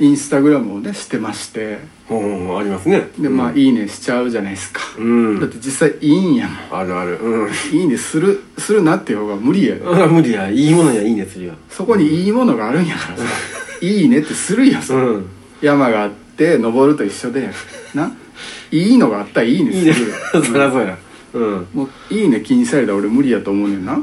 インスタグラムをねしてましてうんうんありますねでまあ「いいね」しちゃうじゃないですか、うんだって実際いいんやもんあるあるうんいいねするするなっていう方が無理やであ 無理やいいものにはいいねするよそこにいいものがあるんやからさ「いいね」ってするやんうさん山があって登ると一緒でないいのがあったら「いいね」いいねするそりゃそうやうんもういいね気にされたら俺無理やと思うねんな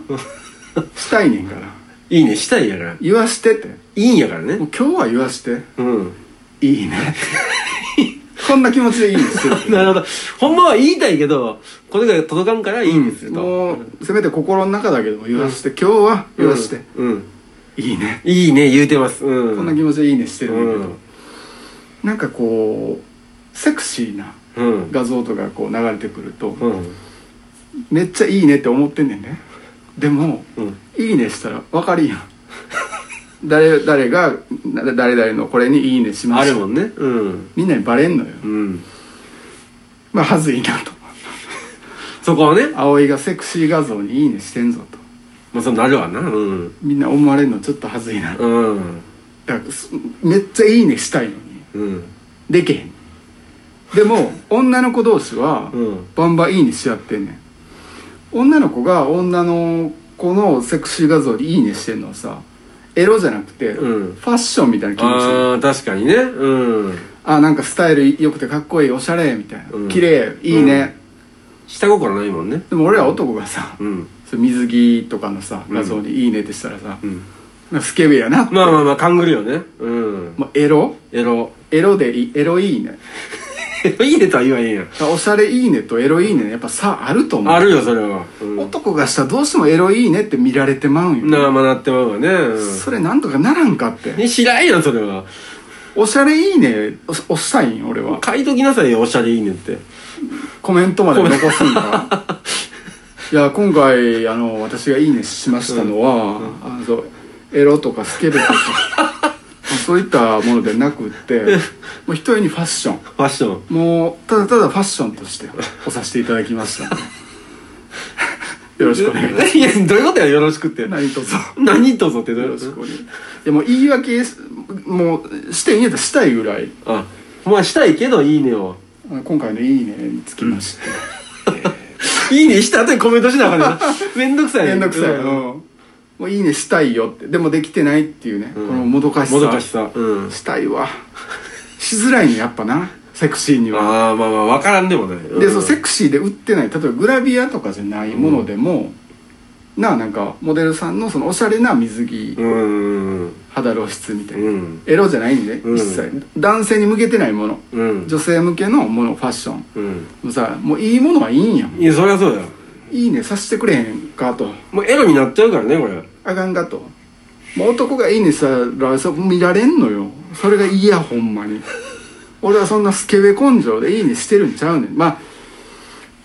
したいねんからいいねしたいやからい言わしてってもいんやからうね今日は言わしてうんいい ねこんな気持ちでいいんですよなるほどほんまは言いたいけどこれが届かんからいいんですよともうせめて心の中だけでも言わして、今日は言わして、うんうんいいね、いいね言うてますうんこんな気持ちでいいねしてるんだけど、うんなんかこうセクシーなうん画像とかこう流れてくると、うんめっちゃいいねって思ってんねんねでも、うんいいねしたら分かりやん 誰誰がな誰々のこれに「いいね」しまあしるたもんねうんみんなにバレんのよ、うんまあはずいなとそこはね葵がセクシー画像に「いいね」してんぞとまあそうなるわなうんみんな思われるのちょっとはずいな、うんだからすめっちゃ「いいね」したいのにうんでけへんでも女の子同士は、うんバンバン「いいね」し合ってんねん女の子が女の子のセクシー画像に「いいね」してんのはさエロじゃなくて、うんファッションみたいな気持ちああ確かにねうんあなんかスタイル良くてかっこいいおしゃれみたいな、うん綺麗いいね、下心ないもんねでも俺ら男がさ、うんそれ水着とかのさ画像に「いいね」ってしたらさ、うんなんかスケベやなって、まあまあまあ勘ぐるよねうんまあ、エロエロ エロでいいエロいいねいいねとは言わへんやんだからおしゃれいいねとエロいいねやっぱ差あると思うあるよそれは、うん、男がしたらどうしてもエロいいねって見られてまうんよなあまあなってまうわね、うんそれなんとかならんかってね知らんやんそれはおしゃれいいねおおっさいんよ俺は書いときなさいよおしゃれいいねってコメントまで残すん だいや今回あの私が「いいね」しましたのは、あのエロとかスケベとか そういったものでなく ってもう一重にファッションファッションもうただただファッションとしておさせていただきま したのでよろしくお願いしますいやどういうことやよろしくって何とぞ 何とぞってどうよいろうしくこお願いでも言い訳すもうしていいんやったらしたいぐらいとあまあしたいけどいいねをあの今回の「いいね」につきましていいねした後にコメントしなあかんねん なめんどくさいね面倒くさい、ううんんもう「いいね」したいよってでもできてないっていうね、うんこのもどかしさもどかしさうんしたいわしづらいねやっぱなセクシーにはああまあまあわからんでもないでそのセックシーで売ってない例えばグラビアとかじゃないものでも、なあなんかモデルさんのそのおしゃれな水着、うんうん肌露出みたいな、うんエロじゃないんで、うん一切男性に向けてないもの、うん女性向けのものファッションうんもうさもういいものはいいんやもんいやそりゃそうだよいいねさせてくれへんかともうエロになっちゃうからねこれあかんかともう男がいいねしたらそう見られんのよそれが嫌ほんまに俺はそんなスケベ根性でいいねしてるんちゃうねんまあ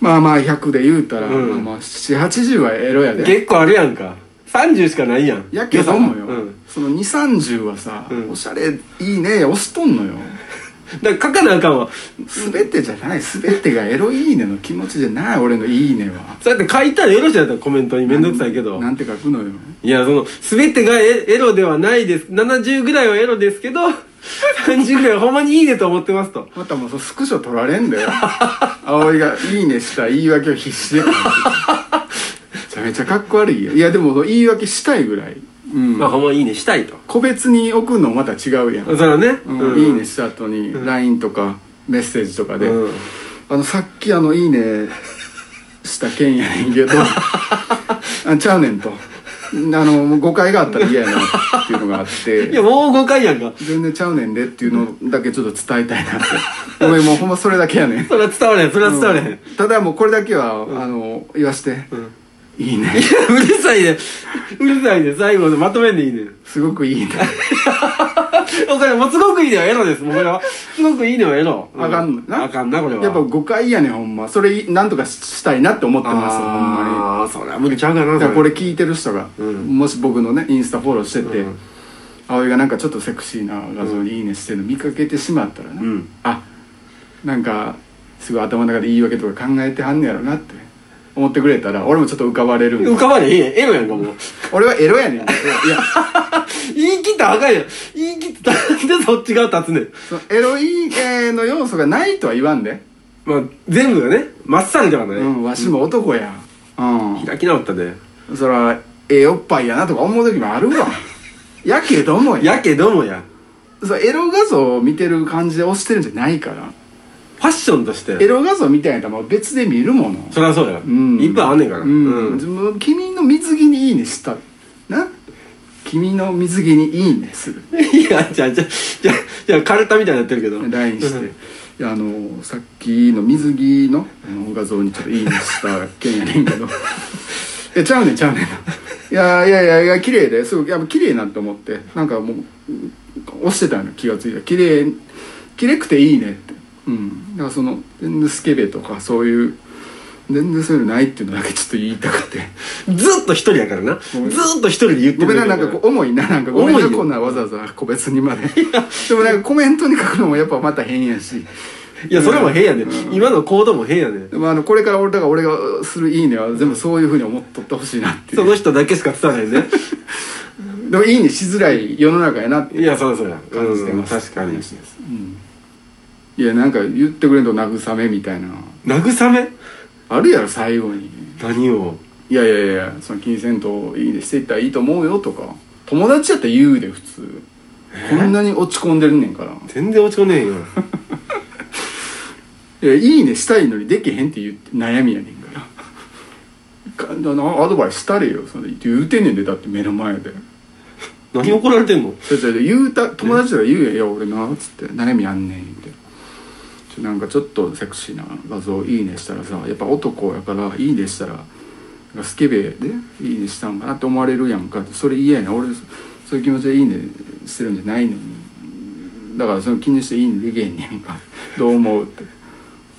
まあまあ100で言うたら、うんまあまあ780はエロやで結構あるやんか30しかないやんやけどもよ、うん、その230はさ、うんおしゃれいいね押しとんのよだから書かなあかんわ全てじゃない全てがエロいいねの気持ちじゃない俺のいいねはそうやって書いたらよろしいやったらコメントにめんどくさいけどなんて書くのよいやその全てがエエロではないです70ぐらいはエロですけど30ぐらいはほんまにいいねと思ってますとまたもうそのスクショ取られん だよ葵が「いいね」した言い訳を必死でめちゃめちゃかっこ悪いよいやでもその言い訳したいぐらい、うんまあほんまいいねしたいと個別に送るのまた違うやん「それはねうんいいね」した後に LINE とかメッセージとかで「うんあのさっきあの「いいね」した件やねん けどあちゃうねんとあのもう誤解があったら嫌やなっていうのがあっていやもう5回やんか全然ちゃうねんでっていうのだけちょっと伝えたいなってごめんもうほんまそれだけやねんそれは伝われへんそれは伝われへん、いただもうこれだけは、あの言わして、 いいねやうるさいねうるさいね最後まとめんでいいねすごくいいね お金もうすごくいいねはエロですもうこれはすごくいいねはエロうあかんのなあかんなこれはやっぱ誤解やねんほんまそれなんとかしたいなって思ってますほんまああーそりゃ無理ちゃうかなにだかそれらこれ聞いてる人が、うんもし僕のねインスタフォローしてて、うん葵がなんかちょっとセクシーな画像に「いいね」してるの見かけてしまったらね、うんあなんかすごい頭の中で言い訳とか考えてはんねやろなって思ってくれたら俺もちょっと浮かばれるんで浮かばれへんやんエロやんかもう俺はエロやねんけ どいや言い切ったらあかんやん言い切ったらなんでそっち側立つねんそのエロいえーの要素がないとは言わんで、まあ全部がねまっさらだからうねん、わしも男やうん、開き直ったでそらええおっぱいやなとか思う時もある わやけどもややけどもやそうエロ画像を見てる感じで押してるんじゃないからファッションとしてエロ画像みたいなのは別で見るものそりゃそうやうんいっぱいあんねんからうん、うんもう君の水着にいいねしたな君の水着にいいねするいやじゃあじゃあじゃあじゃあカルタみたいになってるけどラインしていやあのさっきの水着のあの画像にちょっといいねした件やねんけ どいやちゃうねんちゃうねんないやいやいやいや綺麗ですごくやっぱ綺麗なと思ってなんかもううん押してたの気がついた綺麗綺麗くていいねってうんだからその全然スケベとかそういう全然そういうのないっていうのだけちょっと言いた くてずっと一人やからなずごめんっと一人で言ってごめんな、だなんけかどこう重いな、なんかごめん重な、いよこんなわざわざ個別にま で。でもなんかコメントに書くのもやっぱまた変やし。いやそれも変やね今の行動も変やねでもあの、これから俺、だから俺がするいいねは全部そういうふうに思っとってほしいなってい。そうの人だけしか伝わらへんねでもいいねしづらい世の中やなっていやそうだそうだ感じてます。確かに話ですうんいや、なんか言ってくれんと慰めみたいな。慰めあるやろ、最後に。何をいやいやいや、その金銭といいねしていったらいいと思うよとか。友達やったら言うで、普通。こんなに落ち込んでるねんから。全然落ち込んねえよいやいいねしたいのにできへんって言って悩みやねんから かなアドバイスしたれよそれ言うてんねんでだって目の前で何怒られてんのそれそれ言うた友達ら言うやん「いや俺な」っつって「悩みあんねん」ってちょなんかちょっとセクシーな画像「いいね」したらさやっぱ男やから「いいね」したらなんかスケベで「いいね」したんかなって思われるやんかそれ嫌やな俺そういう気持ちで「いいね」してるんじゃないのにだからその気にして「いいね」できへんねんかどう思うって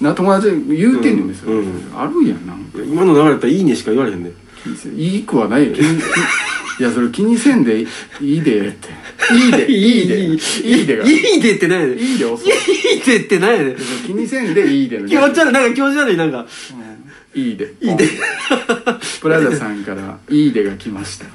な友達に言うてんねん別に、うんうんあるやんなんかいや今の流れだったら「いいね」しか言われへんね気にせんいいくはないよ気にいやそれ気にせんでいいでっていいでいいでいいいいでがいいでってないねいいいで遅いいでってないね気にせんでいいでの気持ち悪いなんか気持ち悪いなんかいいでいいでプラザさんからいいでが来ました